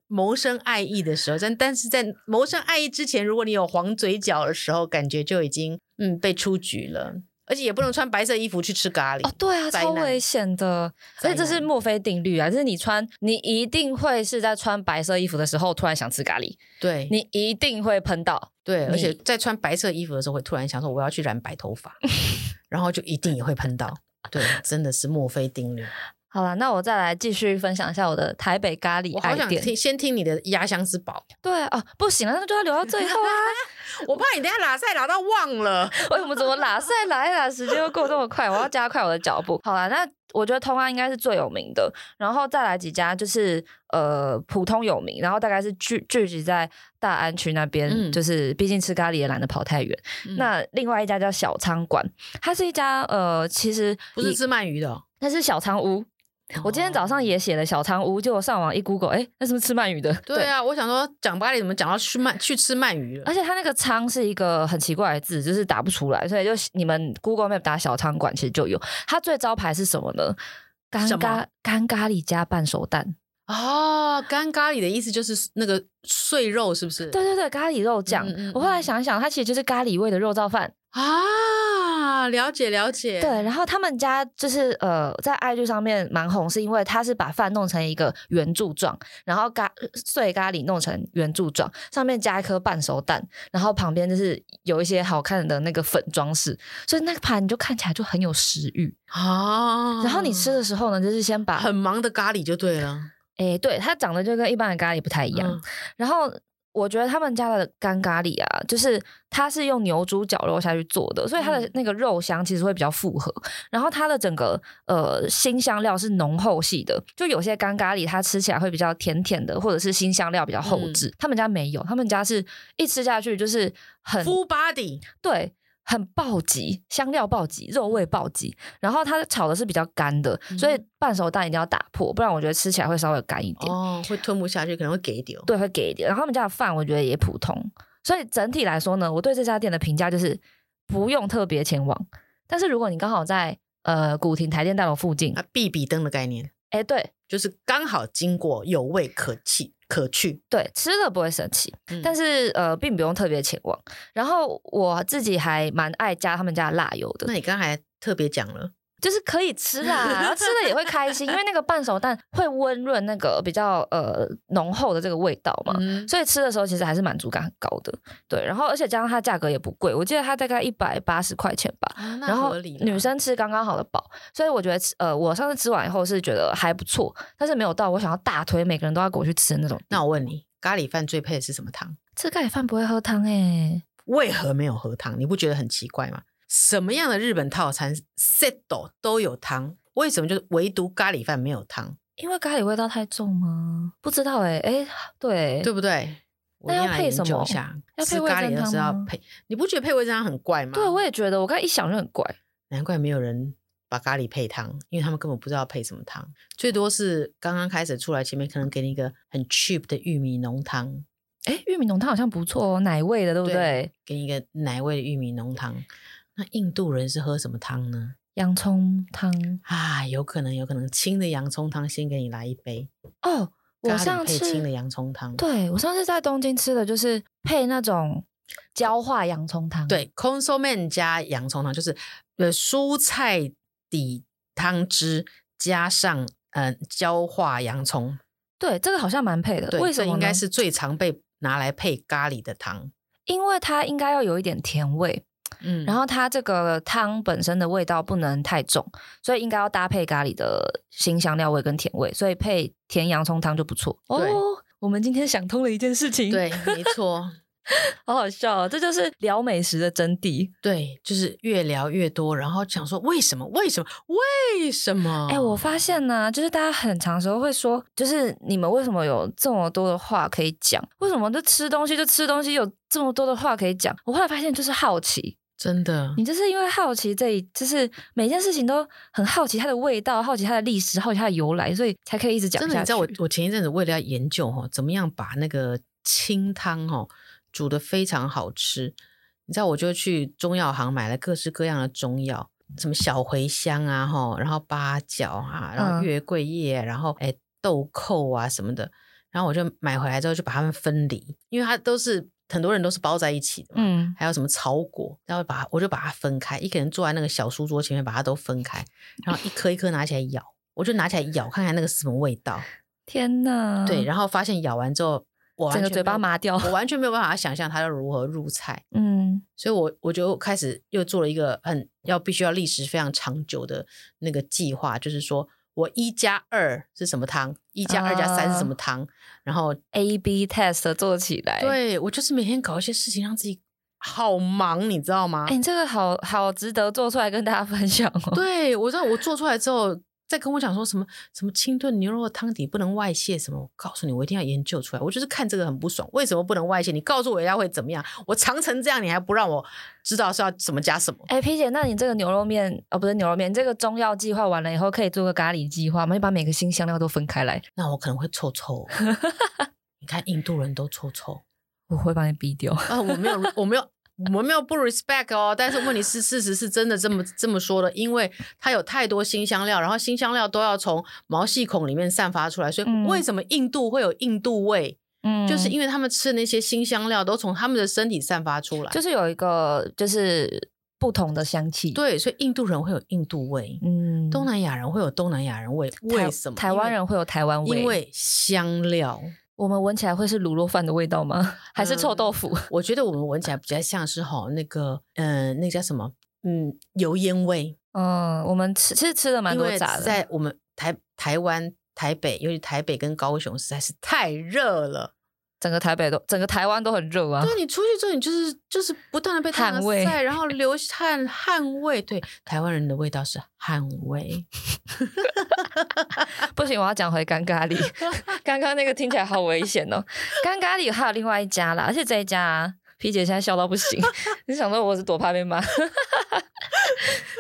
谋生爱意的时候，但但是在谋生爱意之前，如果你有黄嘴角的时候，感觉就已经嗯被出局了，而且也不能穿白色衣服去吃咖喱。
哦，对啊，
灾
超
难
危险的。
灾
而且这是
难
墨菲定律啊，就是你穿，你一定会是在穿白色衣服的时候突然想吃咖喱，
对，
你一定会喷到。
对，而且
你
在穿白色衣服的时候，会突然想说我要去染白头 发，然后就一定也会喷到。对，真的是墨菲定律。
好了，那我再来继续分享一下我的台北咖喱
我好
爱
想
店。
听，先听你的压箱之宝。
对啊，不行啊，那就要留到最后啊。
我怕你等一下拉赛拉到忘了。
为什么怎么拉塞拉一拉，时间又过这么快？我要加快我的脚步。好 啦，那我觉得通安应该是最有名的，然后再来几家就是呃普通有名，然后大概是聚聚集在大安区那边，
嗯
就是毕竟吃咖喱也懒得跑太远。
嗯
那另外一家叫小仓馆，它是一家呃其实
不是哦
以
吃鳗鱼的哦、
那是小仓屋。我今天早上也写了小仓屋，结果上网一 Google，哎、那是不是吃鳗鱼的？
对哎啊，我想说讲巴黎怎么讲到去鳗去吃鳗鱼了
而？且它那个“仓”是一个很奇怪的字，就是打不出来，所以就是你们 Google Map 打小仓馆其实就有。它最招牌是什么呢？干
什么
咖干咖喱加半熟蛋，
哦，干咖喱的意思就是那个碎肉，是不是？
对对对，咖喱肉酱。
嗯嗯
我后来
嗯
想一想，它其实就是咖喱味的肉燥饭。
啊，了解了解。
对，然后他们家就是呃，在爱剧上面蛮红，是因为他是把饭弄成一个圆柱状，然后咖碎咖喱弄成圆柱状，上面加一颗半熟蛋，然后旁边就是有一些好看的那个粉装饰，所以那个盘你就看起来就很有食欲。
啊，
然后你吃的时候呢，就是先把，
很忙的咖喱就对了，
诶，对，它长得就跟一般的咖喱不太一样。
嗯
然后我觉得他们家的干咖喱啊，就是它是用牛猪绞肉下去做的，所以它的
嗯
那个肉香其实会比较复合。然后它的整个呃新香料是浓厚系的，就有些干咖喱它吃起来会比较甜甜的，或者是新香料比较后
嗯
置。他们家没有，他们家是一吃下去就是很
，full body。
对。很暴击，香料暴击，肉味暴击。然后它炒的是比较干的，所以
嗯
半熟蛋一定要打破，不然我觉得吃起来会稍微干一点。
哦，会吞不下去，可能会给丢。
对，会给一点。然后他们家的饭我觉得也普通，所以整体来说呢，我对这家店的评价就是不用特别前往。但是如果你刚好在呃古亭台电大楼附近，
啊，避比登的概念
哎、对
就是刚好经过，有味可去可去。
对，吃了不会生气，
嗯
但是呃，并不用特别前往。然后我自己还蛮爱加他们家的辣油的
那，你刚才特别讲了，
就是可以吃啦， 然后吃了也会开心，因为那个半熟蛋会温润那个比较呃浓厚的这个味道嘛。
嗯，
所以吃的时候其实还是满足感很高的，对。然后而且加上它价格也不贵，我记得它大概一百八十块钱吧。
啊那
然后
合理啦
女生吃刚刚好的饱，所以我觉得吃呃，我上次吃完以后是觉得还不错，但是没有到我想要大推每个人都要给我去吃的那种。
那我问你，咖喱饭最配的是什么汤？
吃盖饭不会喝汤哎、
为何没有喝汤？你不觉得很奇怪吗？什么样的日本套餐 set 都有汤，为什么就是唯独咖喱饭没有汤？
因为咖喱味道太重吗？不知道哎、哎、对
对不对？我
那
一
要
定来
配
研
什
究
么
一下，
要
吃
配味
咖喱
噌
的时候
汤吗
配，你不觉得配味噌汤很怪吗？
对，我也觉得，我刚才一想就很怪。
难怪没有人把咖喱配汤，因为他们根本不知道配什么汤，最多是刚刚开始出来，前面可能给你一个很 cheap 的玉米浓汤，
哎、玉米浓汤好像不错哦，奶味的，对不对？
给你一个奶味的玉米浓汤。那印度人是喝什么汤呢？
洋葱汤
啊，有可能，有可能清的洋葱汤先给你来一杯，
哦，我
咖喱
上
配
次
清的洋葱汤。
对我上次在东京吃的就是配那种焦化洋葱汤，，
对 c o n s o m e n 加洋葱汤，就是呃蔬菜底汤汁加上嗯、呃焦化洋葱，
对，这个好像蛮配的。
对，
为什
这
么呢？
应该是最常被拿来配咖喱的汤。
因为它应该要有一点甜味，
嗯
然后它这个汤本身的味道不能太重，所以应该要搭配咖喱的新香料味跟甜味，所以配甜洋葱汤就不错。
对
哦，我们今天想通了一件事情，，
对，没错，
好好笑、哦，这就是聊美食的真谛。
对，就是越聊越多，然后想说为什么，为什么，为什么？
哎、我发现呢、就是大家很长时候会说，就是你们为什么有这么多的话可以讲？为什么就吃东西就吃东西有这么多的话可以讲？我后来发现就是好奇，
真的
你就是因为好奇这一，就是每件事情都很好奇它的味道，好奇它的历史，好奇它的由来，所以才可以一直讲
真的，
下
你知
去。
道我我前一阵子为了要研究哈、哦，怎么样把那个清汤哈、哦、煮的非常好吃，你知道我就去中药行买了各式各样的中药，什么小茴香啊哈、然后八角啊，然后
嗯
月桂叶，然后哎豆蔻啊什么的，然后我就买回来之后就把它们分离，因为它都是很多人都是包在一起的嘛。
嗯，
还有什么草果，然后把它我就把它分开，一个人坐在那个小书桌前面，把它都分开，然后一颗一颗拿起来咬，我就拿起来咬，看看那个是什么味道。
天哪！
对，然后发现咬完之后，我完
嗯整个
全
嘴
没有
巴麻 掉
我完全没有办法想象它要如何入菜，
嗯，
所以我我就开始又做了一个很要必须要历时非常长久的那个计划，就是说我一加二是什么汤，一加二加三是什么
啊
汤，然后
A B test 做起来。，
对啊我就是每天搞一些事情让自己好忙，你知道吗？
哎、你这个好好值得做出来跟大家分享哦。
对，我知道我做出来之后，再跟我讲说什么什么清炖牛肉的汤底不能外泄什么，我告诉你，我一定要研究出来。我就是看这个很不爽，为什么不能外泄？你告诉我要会怎么样？我尝成这样，你还不让我知道是要什么加什么？
哎、皮姐，那你这个牛肉面哦，不是牛肉面，这个中药计划完了以后，可以做个咖喱计划吗？就把每个新香料都分开来，
那我可能会臭 臭。哦你看印度人都臭臭
我会把你逼掉。
啊！我没有，我没有。我没有不 respect 哦，但是问题是，事实是真的这么这么说的，因为它有太多新香料，然后新香料都要从毛细孔里面散发出来，所以
嗯
为什么印度会有印度味？
嗯
就是因为他们吃的那些新香料都从他们的身体散发出来，
就是有一个就是不同的香气。，
对，所以印度人会有印度味，
嗯
东南亚人会有东南亚人味，
台
为什么？
台湾
因为
人会有台湾味？
因为香料，
我们闻起来会是卤肉饭的味道吗？ 还是臭豆腐？
我觉得我们闻起来比较像是哈那个，嗯、那叫什么？嗯，油烟味，
嗯，我们吃其实吃的蛮
因
多
为
炸的。
在我们台台湾。台北，尤其台北跟高雄实在是太热了。
整个台北都，整个台湾都很热啊
对。你出去之后，你就是就是不断的被太阳
汗味
晒，然后流汗汗味。对，台湾人的味道是汗味。
不行，我要讲回干 咖喱。刚刚那个听起来好危险哦。干咖喱还有另外一家啦，而且这一家啊 P 姐现在笑到 不行，你想说我是多怕被骂。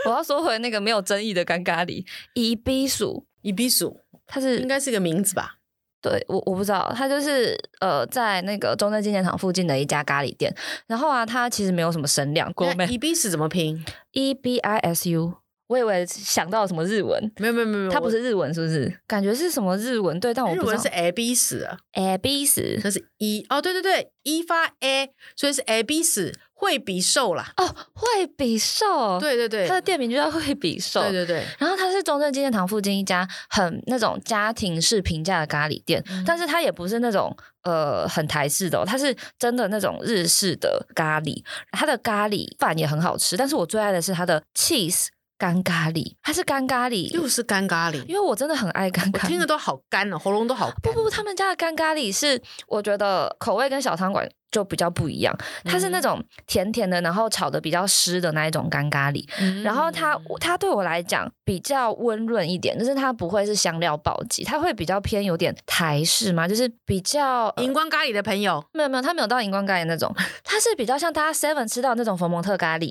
我要说回那个没有争议的干咖喱，伊比薯，
伊比鼠
它是
应该是个名字吧？
对我我不知道，它就是呃，在那个中正纪念堂附近的一家咖喱店。然后啊，它其实没有什么声量
那伊比鼠怎么拼？
，E B I S U，我以为想到什么日文，
没有没有没有，
它不
我
是日文是不是？感觉是什么日文？对，但我
日
不知
文
道
是 a b 死啊，
A B 死
那是一哦，对对对，一发 a，所以是 a b 死惠比寿啦。
哦，惠比寿，，
对对对，
它的店名就叫惠比寿，
对对对，
然后它是中正纪念堂附近一家很那种家庭式平价的咖喱店，
嗯
但是它也不是那种呃很台式的、哦，它是真的那种日式的咖喱。它的咖喱饭也很好吃，但是我最爱的是它的 cheese 干咖喱，它是干咖
又
喱，
是干咖喱
因，为我真的很爱干
我
咖
听着
喱。
都好干哦，喉咙都好
不
干。
不，他们家的干咖喱是我觉得口味跟小汤馆就比较不一样，它
嗯
是那种甜甜的，然后炒的比较湿的那一种干咖喱。
嗯
然后它它对我来讲比较温润一点，就是它不会是香料暴击，它会比较偏有点台式嘛，就是比较、呃
荧光咖喱的朋友，
没有没有，它没有到荧光咖喱那种， 它是比较像大家 Seven 吃到那种佛蒙特咖喱，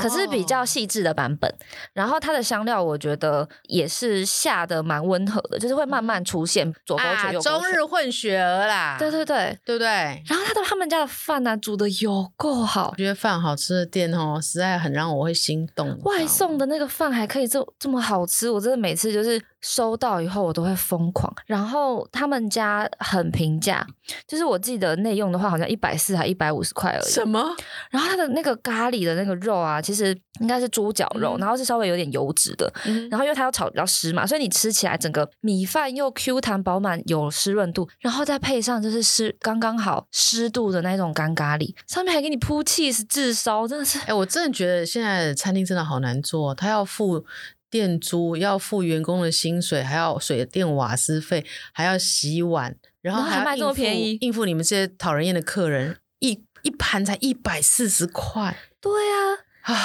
可是比较
哦
细致的版本。然后它的香料我觉得也是下的蛮温和的，就是会慢慢出现左勾
啊
拳右勾
中
拳。
日混血儿啦，
对对对，
对不对？
然后他的他们家的饭呢、煮的有够好
我，觉得饭好吃的店哦，实在很让我会心动。你知道吗
外送的那个饭还可以这这么好吃，我真的每次就是收到以后我都会疯狂。然后他们家很平价，就是我记得内用的话好像一百四还一百五十块而已。
什么？
然后它的那个咖喱的那个肉啊，其实应该是猪脚肉，
嗯
然后是稍微有点油脂的。
嗯
然后因为它要炒比较湿嘛，所以你吃起来整个米饭又 Q 弹饱满有湿润度，然后再配上就是湿刚刚好湿度的那种干咖喱，上面还给你铺 cheese 炙烧，真的是
哎、我真的觉得现在的餐厅真的好难做，他要付店租，要付员工的薪水，还要水电瓦斯费，还要洗碗，然后
然后还
要
卖这么
应付
便宜
应付你们这些讨人厌的客人，一一盘才一百四十块
对啊。
啊！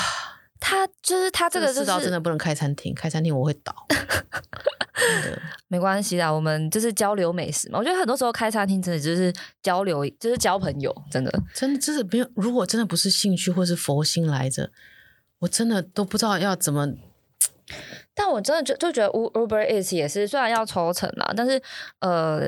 他就是他这个就
世道
是
真的不能开餐厅，开餐厅我会 倒。真的
没关系啦，我们就是交流美食嘛。我觉得很多时候开餐厅真的就是交流，就是交朋友，真的。
真的，真的没有。如果真的不是兴趣或是佛心来着，我真的都不知道要怎么。
但我真的就就觉得 U- Uber Eats 也是，虽然要抽成啦，但是呃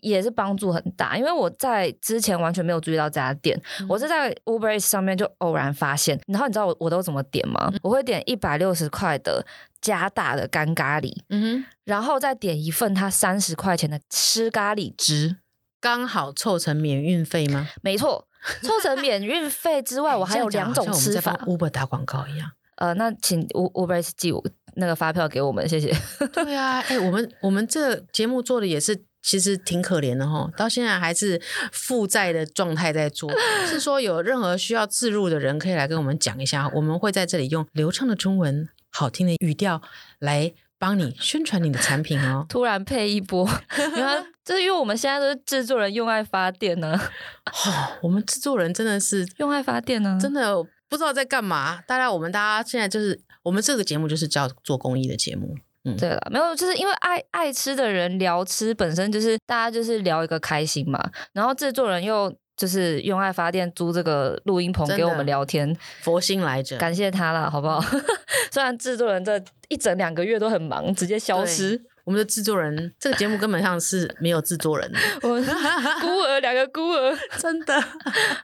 也是帮助很大。因为我在之前完全没有注意到这家店，我是在 Uber Eats 上面就偶然发现。然后你知道我我都怎么点吗？我会点一百六十块的加大的干咖喱，
嗯哼，
然后再点一份它三十块钱的湿咖喱汁。
刚好凑成免运费吗？
没错，凑成免运费之外，
哎
我还有两种吃法。
u b e 打广告一样。
呃，那请 U Uber Eats 寄我那个发票给我们，谢谢。
对啊，哎、我们我们这节目做的也是。其实挺可怜的哈，到现在还是负债的状态在做。是说有任何需要自入的人，可以来跟我们讲一下，我们会在这里用流畅的中文、好听的语调来帮你宣传你的产品 哦。
突然配一波，原 来就是因为我们现在都是制作人用爱发电呢、
哦，我们制作人真的是
用爱发电呢、
真的不知道在干嘛。大家，我们大家现在就是我们这个节目就是叫做公益的节目，
对了，没有，就是因为爱爱吃的人聊吃本身就是大家就是聊一个开心嘛，然后制作人又就是用爱发电租这个录音棚
真的嗯
给我们聊天，
佛心来着，
感谢他啦，好不好？ 虽然制作人这一整两个月都很忙，直接消失，
我们的制作人，这个节目根本上是没有制作 人的，
我孤儿两个孤儿。
真的。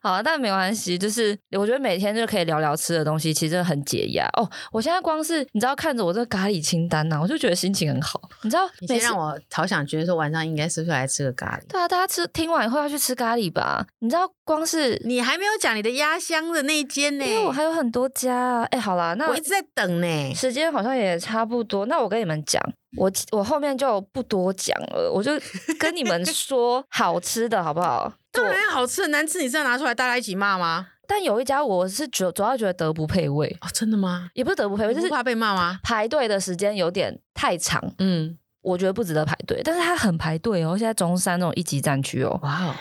好啊，但没关系，就是我觉得每天就可以聊聊吃的东西，其实真的很解压哦。我现在光是你知道看着我这个咖喱清单呐、我就觉得心情很好。你知道
你
每
先
次
让我好想觉得说晚上应该是不是来吃个咖喱？
对啊，大家吃听完以后要去吃咖喱吧。你知道光是
你还没有讲你的鸭香的那一间呢，
因为我还有很多家啊，哎、好啦，那
我一直在等呢。
时间好像也差不多，那我跟你们讲，我我后面就不多讲了，我就跟你们说好吃的好不好？
当然好吃的难吃，你是要拿出来大家一起骂吗？
但有一家我是主主要觉得德不配位，
哦，真的吗？嗯
也不是德不配位，
你
就
不
是
怕被骂吗？
排队的时间有点太长，
嗯，
我觉得不值得排队，但是它很排队哦。现在中山那种一级战区哦，
哇哦，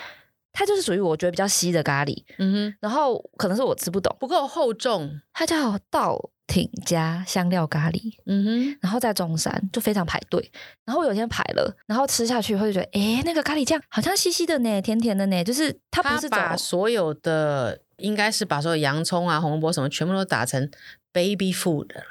它就是属于我觉得比较稀的咖喱，
嗯哼，
然后可能是我吃不懂，
不够厚重，
它叫道挺加香料咖喱，
嗯
然后在中山就非常排队。然后我有一天排了，然后吃下去会觉得，诶，那个咖喱酱好像稀稀的呢，甜甜的呢，就是它
哼，
不
他
是走呃
把所有的应该是把所有洋葱啊、红萝卜什么全部都打成 baby food 了。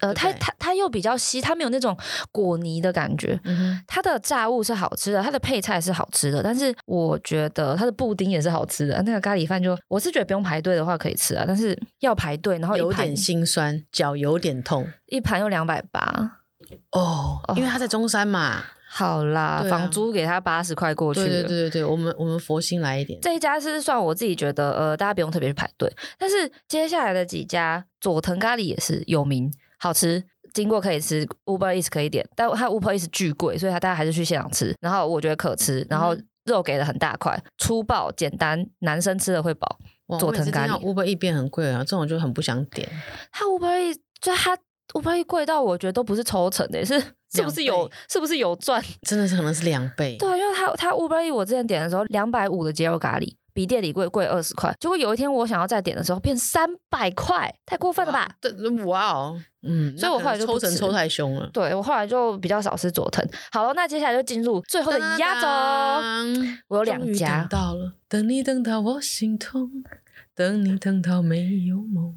呃，
对不
它
对
它它又比较稀，它没有那种果泥的感觉。
嗯哼，
它的炸物是好吃的，它的配菜是好吃的，但是我觉得它的布丁也是好吃的。那个咖喱饭就我是觉得不用排队的话可以吃啊，但是要排队，然后一
有
盘
点心酸，脚有点痛
一盘又两百八，
哦
哦，
因为他在中山嘛。
好啦，
对啊
房租给他八十块过去
对
了。
对对对对，我们我们佛心来一点。
这一家是算我自己觉得，呃，大家不用特别去排队。但是接下来的几家，佐藤咖喱也是有名，好吃，经过可以吃，Uber Eats 可以点，但它 Uber Eats 巨贵，所以它大家还是去现场吃。然后我觉得可吃，
嗯
然后肉给的很大块，粗暴简单，男生吃了会饱。
哇
佐藤
我每次
咖喱
听到 Uber 一变很贵啊，这种就很不想点。
它 Uber Eats 就它 Uber Eats 贵到我觉得都不是抽成的、是 是不是有
两倍
是不是有赚？
真的是可能是两倍。
对啊，因为它它 Uber E 我之前点的时候两百五的鸡肉咖喱，比店里贵贵二十块。结果有一天我想要再点的时候变三百块，太过分了吧？
对，哇哦，嗯，
所以我后来就
那可能抽
不
成
吃
抽太凶了。
对我后来就比较少吃佐藤。好了，那接下来就进入最后的压轴，
当
我有两
终于
家
等到了，等你等到我心痛，等你等到没有梦。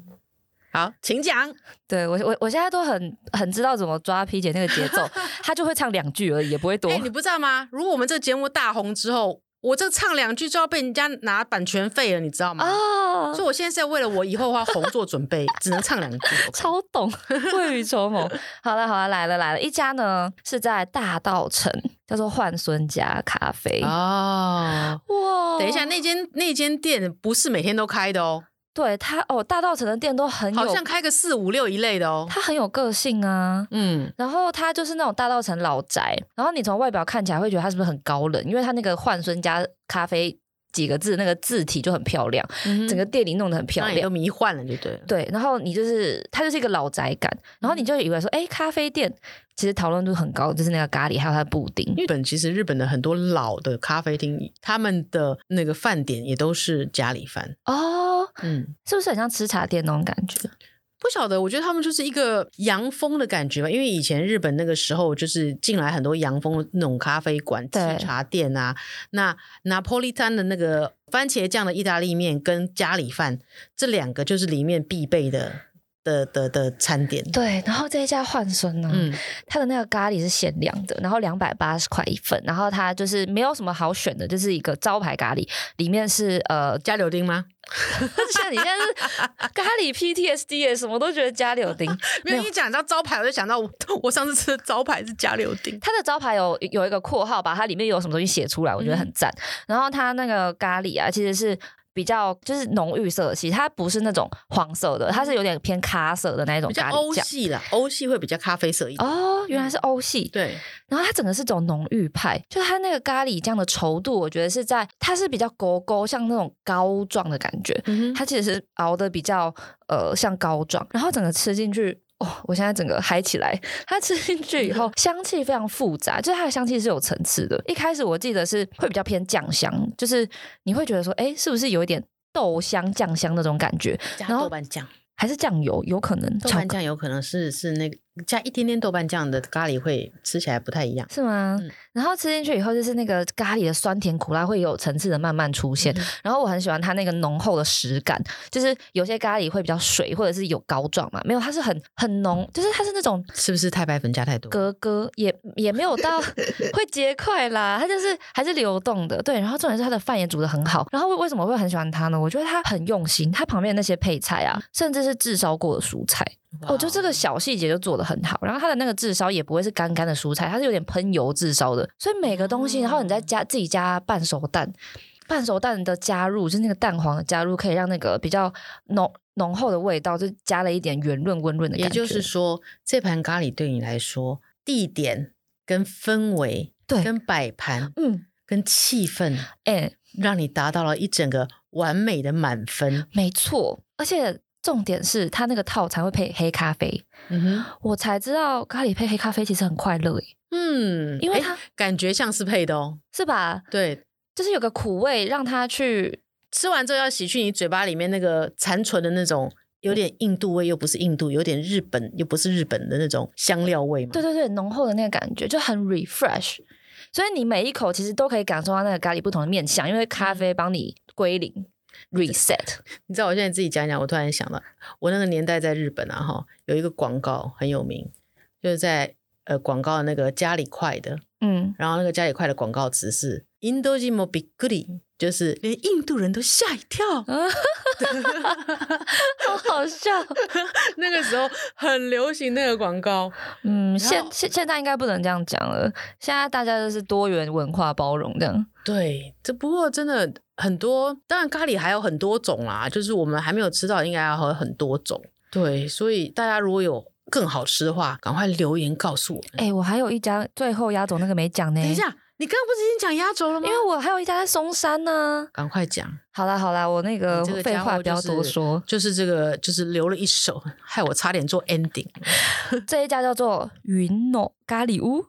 好，请讲。
对我我我现在都很很知道怎么抓 P 姐那个节 奏，她就会唱两句而已，也不会多。
哎、你不知道吗？如果我们这个节目大红之后，我这唱两句就要被人家拿版权费了，你知道吗？
啊
所以，我现在是在为了我以后要红做准备，只能唱两句。OK
超 懂，未雨绸缪。好了好了，来了来了，一家呢是在大道城，叫做焕孙家咖啡。
哦，
哇
等一下，那间那间店不是每天都开的哦，
对他哦，大道城的店都很有，
好像开个四五六一类的哦。
他很有个性啊。
嗯，
然后他就是那种大道城老宅，然后你从外表看起来会觉得他是不是很高冷，因为他那个焕孙家咖啡几个字那个字体就很漂亮，
整
整个店里弄得很漂
让你都
亮。
迷幻了，就对了。
对，然后你就是它就是一个老宅感，然后你就以为说，哎，咖啡店其实讨论度很高，就是那个咖喱还有它的布丁，
日本其实日本的很多老的咖啡厅，他们的那个饭点也都是咖喱饭。
哦，
嗯，
是不是很像吃茶店那种感觉？
不晓得，我觉得他们就是一个洋风的感觉吧，因为以前日本那个时候就是进来很多洋风的那种咖啡馆、
对
吃茶店啊，那拿破利丹的那个番茄酱的意大利面跟咖喱饭这两个就是里面必备的的的的餐点。
对，然后这一家焕孙呢，
嗯，
它的那个咖喱是限量的，然后两百八十块一份，然后它就是没有什么好选的，就是一个招牌咖喱，里面是呃，
加柳丁吗？
像你现在是咖喱 PTSD，耶什么都觉得加柳丁。
没有，一讲到招牌，我就想到我我上次吃的招牌是加柳丁。
它的招牌有有一个括号，把它里面有什么东西写出来，我觉
嗯
得很赞。然后它那个咖喱啊，其实是。比较就是浓郁色系，它不是那种黄色的，它是有点偏咖色的那一种
嗯比较
哦咖
欧
喱酱。
系啦，欧系会比较咖啡色一点。
哦，原来是欧系。
对，
然后它整个是走浓郁派，就它那个咖喱酱的稠度，我觉得是在它是比较勾勾，像那种膏状的感觉。
嗯哼，
它其实是熬的比较呃像膏状，然后整个吃进去。哦，我现在整个嗨起来。它吃进去 以后，香气非常复杂，就是它的香气是有层次的。一开始我记得是会比较偏酱香，就是你会觉得说，哎，是不是有一点豆香、酱香那种感觉，
加
然后
豆瓣酱，
还是酱油？有可能
豆
巧
瓣酱有可能是是那个加一点点豆瓣酱的咖喱会吃起来不太一样。
是吗？
嗯
然后吃进去以后，就是那个咖喱的酸甜苦辣会有层次的慢慢出现。
嗯
然后我很喜欢它那个浓厚的食感，就是有些咖喱会比较水，或者是有膏状嘛，没有，它是很很浓，就是它是那种
是不是太白粉加太多？
格格，也也没 有到会结块啦，它就是还是流动的。对，然后重点是它的饭也煮的很好。然后为为什么会很喜欢它呢？我觉得它很用心，它旁边那些配菜
嗯
啊，甚至是炙烧过的蔬菜，
哇
哦，就这个小细节就做的很好，然后它的那个炙烧也不会是干干的蔬菜，它是有点喷油炙烧的，所以每个东西，然后你再加自己加半熟蛋，半熟蛋的加入就是那个蛋黄的加入，可以让那个比较浓浓厚的味道，就加了一点圆润温润的
也
感觉。
就是说，这盘咖喱对你来说，地点跟氛围、
对，
跟摆盘、
嗯，
跟气氛，
哎、
让你达到了一整个完美的满分。
没错，而且重点是它那个套餐会配黑咖啡，
嗯哼，
我才知道咖喱配黑咖啡其实很快乐耶，
嗯，
因为
诶
它
感觉像是配的哦。
是吧？
对，
就是有个苦味让它去
吃完之后要洗去你嘴巴里面那个残存的那种有点印度味，又不是印度，有点日本，又不是日本的那种香料味嘛。
对对对，浓厚的那个感觉就很 refresh。所以你每一口其实都可以感受到那个咖喱不同的面相，因为咖啡帮你归零 reset。
你知道我现在自己讲一讲，我突然想到，我那个年代在日本啊，哈，有一个广告很有名，就是在呃广告那个家里快的，
嗯，
然后那个家里快的广告词是 “Indojimo Biguri”，就是连印度人都吓一跳。
好好笑。
那个时候很流行那个广告，
嗯，
后
现现现在应该不能这样讲了，现在大家都是多元文化包容这样。
对，这不过真的很多，当然咖喱还有很多种啦，就是我们还没有吃到，应该还有很多种。对，所以大家如果有更好吃的话，赶快留言告诉我们。
哎、我还有一家最后压轴那个没讲呢，
等一，下，你刚刚不是已经讲压轴了吗？
哎因为我还有一家在松山呢。
赶快讲，
好啦好啦，我那个
你这个
废
家
话
伙
不要
就是
多 说。
就是这个，就是留了一手，害我差点做 ending。
这一家叫做云诺咖喱屋，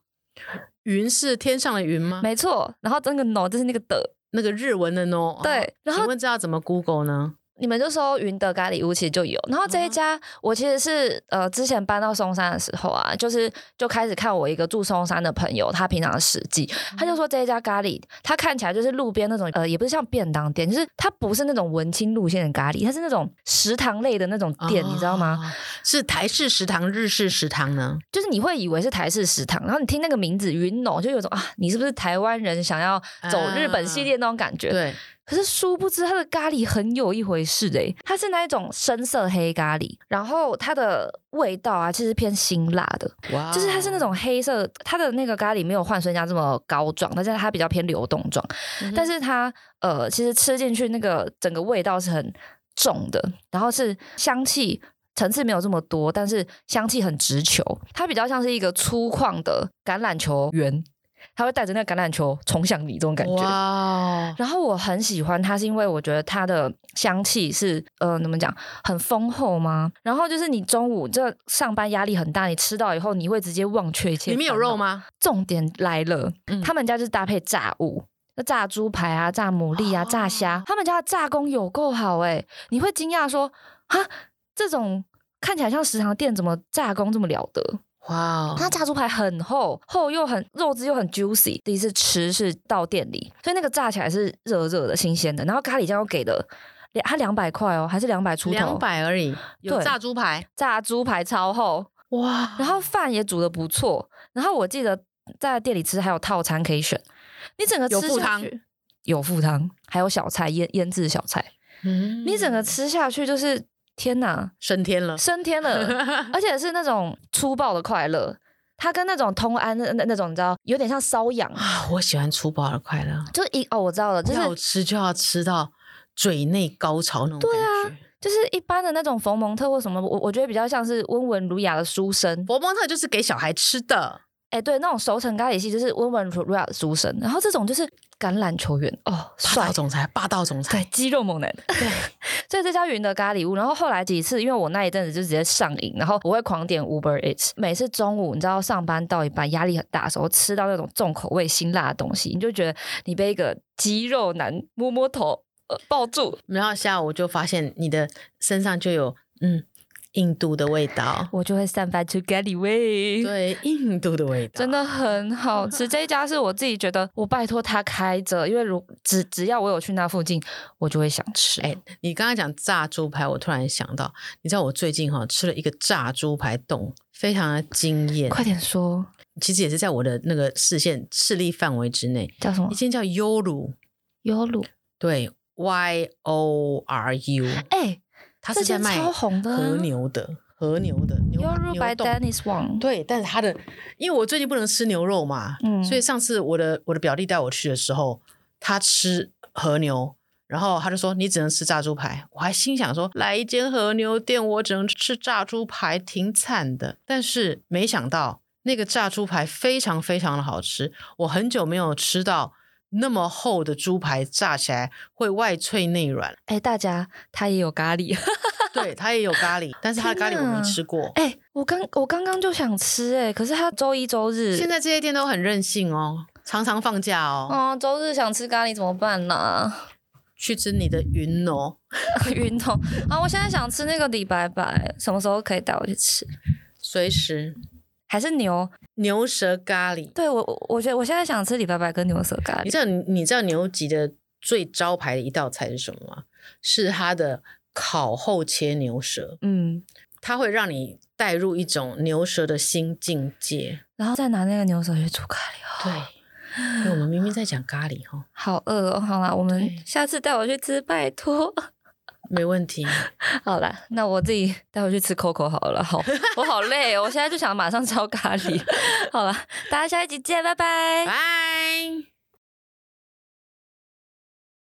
云是天上的云吗？
没错。然后那个 no 就是那个的，
那个日文的 no。哦
对。然后
请问这要怎么 Google 呢？
你们就搜云德咖喱屋，其实就有。然后这
嗯
一家，我其实是呃之前搬到松山的时候啊，就是就开始看我一个住松山的朋友，他平常的实际，
嗯
他就说这一家咖喱，它看起来就是路边那种呃，也不是像便当店，就是它不是那种文青路线的咖喱，它是那种食堂类的那种店，你知道吗？
哦？是台式食堂、日式食堂呢？
就是你会以为是台式食堂，然后你听那个名字云农，就有种啊，你是不是台湾人想要走日本系列那种感觉？
啊对，
可是殊不知，它的咖喱很有一回事诶、它是那一种深色黑咖喱，然后它的味道啊，其实偏辛辣的，
哇哦
就是它是那种黑色，它的那个咖喱没有换酸酱这么膏状，但是它比较偏流动状，
嗯哼
但是它呃，其实吃进去那个整个味道是很重的，然后是香气。层次没有这么多，但是香气很直球，它比较像是一个粗犷的橄榄球圆，它会带着那个橄榄球冲向你这种感觉。
哇哦，
然后我很喜欢它，是因为我觉得它的香气是呃怎么讲，很丰厚吗？然后就是你中午这上班压力很大，你吃到以后你会直接忘却一切。
里面有肉？吗？
重点来了，
嗯
他们家就是搭配炸物。那炸猪排啊，炸牡蛎啊，
哦
炸虾，他们家的炸工有够好哎、你会惊讶说啊，这种看起来像食堂店，怎么炸工这么了得？
哇哦，
它炸猪排很厚，厚又很肉质又很 juicy。第一次吃是到店里，所以那个炸起来是热热的、新鲜的。然后咖喱酱又给的，两它两百块哦，还是两百出头。
两百而已，有
对
炸猪排，
炸猪排超厚，
哇
然后饭也煮的不错。然后我记得在店里吃还有套餐可以选，你整个吃
有附
下
汤
去有副汤，还有小菜腌腌制小菜，
嗯
你整个吃下去就是天哪，
升天了，
升天 了。而且是那种粗暴的快乐。它跟那种通安那那那种你知道，有点像瘙痒，
啊！我喜欢粗暴的快乐，
就一哦我知道了，就是
要吃就要吃到嘴内高潮那种感觉。
就是一般的那种冯蒙特或什么，我我觉得比较像是温文儒雅的书生，
伯蒙特就是给小孩吃的，
哎对，那种熟成咖喱系就是温文儒雅的书生，然后这种就是橄榄球员哦，
霸
帅
道。总裁，霸道总
对
裁，
肌肉猛男，
对，
所以这家云的咖喱屋，然后后来几次，因为我那一阵子就直接上瘾，然后我会狂点 Uber Eats，每次中午你知道上班到一半压力很大的时候，吃到那种重口味辛辣的东西，你就觉得你被一个肌肉男摸摸头、呃、抱住，
然后下午就发现你的身上就有嗯印度的味道，
我就会散发出咖喱味。
对，印度的味道，
真的很好吃，这一家是我自己觉得，我拜托他开着，因为如只只要我有去那附近，我就会想吃。
哎、你刚刚讲炸猪排，我突然想到，你知道我最近哈、吃了一个炸猪排冻，非常的惊艳。
快点说
其实也是在我的那个视线视力范围之内，
叫什么
一？间叫优鲁，
优鲁，
对，Y O R U，
哎、
它
这
是在
间
卖
超红的啊
和牛的，和牛的牛
优入 by
牛冻。
Dennis Wang。
对，但是它的，因为我最近不能吃牛肉嘛，
嗯
所以上次我的我的表弟带我去的时候，他吃和牛，然后他就说你只能吃炸猪排，我还心想说来一间和牛店，我只能吃炸猪排，挺惨的。但是没想到那个炸猪排非常非常的好吃，我很久没有吃到。那么厚的猪排炸起来会外脆内软，
哎、大家，他也有咖喱。
对，它也有咖喱，但是它的咖喱
天
我没
哪
吃过。
哎、我刚我刚刚就想吃哎、可是他周一周日
现在这些店都很任性哦，常常放假哦。
哦，周日想吃咖喱怎么办呢、
去吃你的云哦，
晕头啊！我现在想吃那个李白白，什么时候可以带我去吃？
随时
还是牛？
牛舌咖喱。
对我，我我觉得我现在想吃李白白跟牛舌咖
你
喱。
知道你你知道牛脊的最招牌的一道菜是什么吗？是它的烤后切牛舌，
嗯，
它会让你带入一种牛舌的新境界。
然后再拿那个牛舌去煮咖喱，哦
对，因为我们明明在讲咖喱哈，
好饿哦！好啦，我们
对
下次带我去吃，拜托。
没问题。
好啦，那我自己带回去吃 Coco 好了。好，我好累 哦，我现在就想马上烧咖喱。好了，大家下一集见，拜拜。
拜。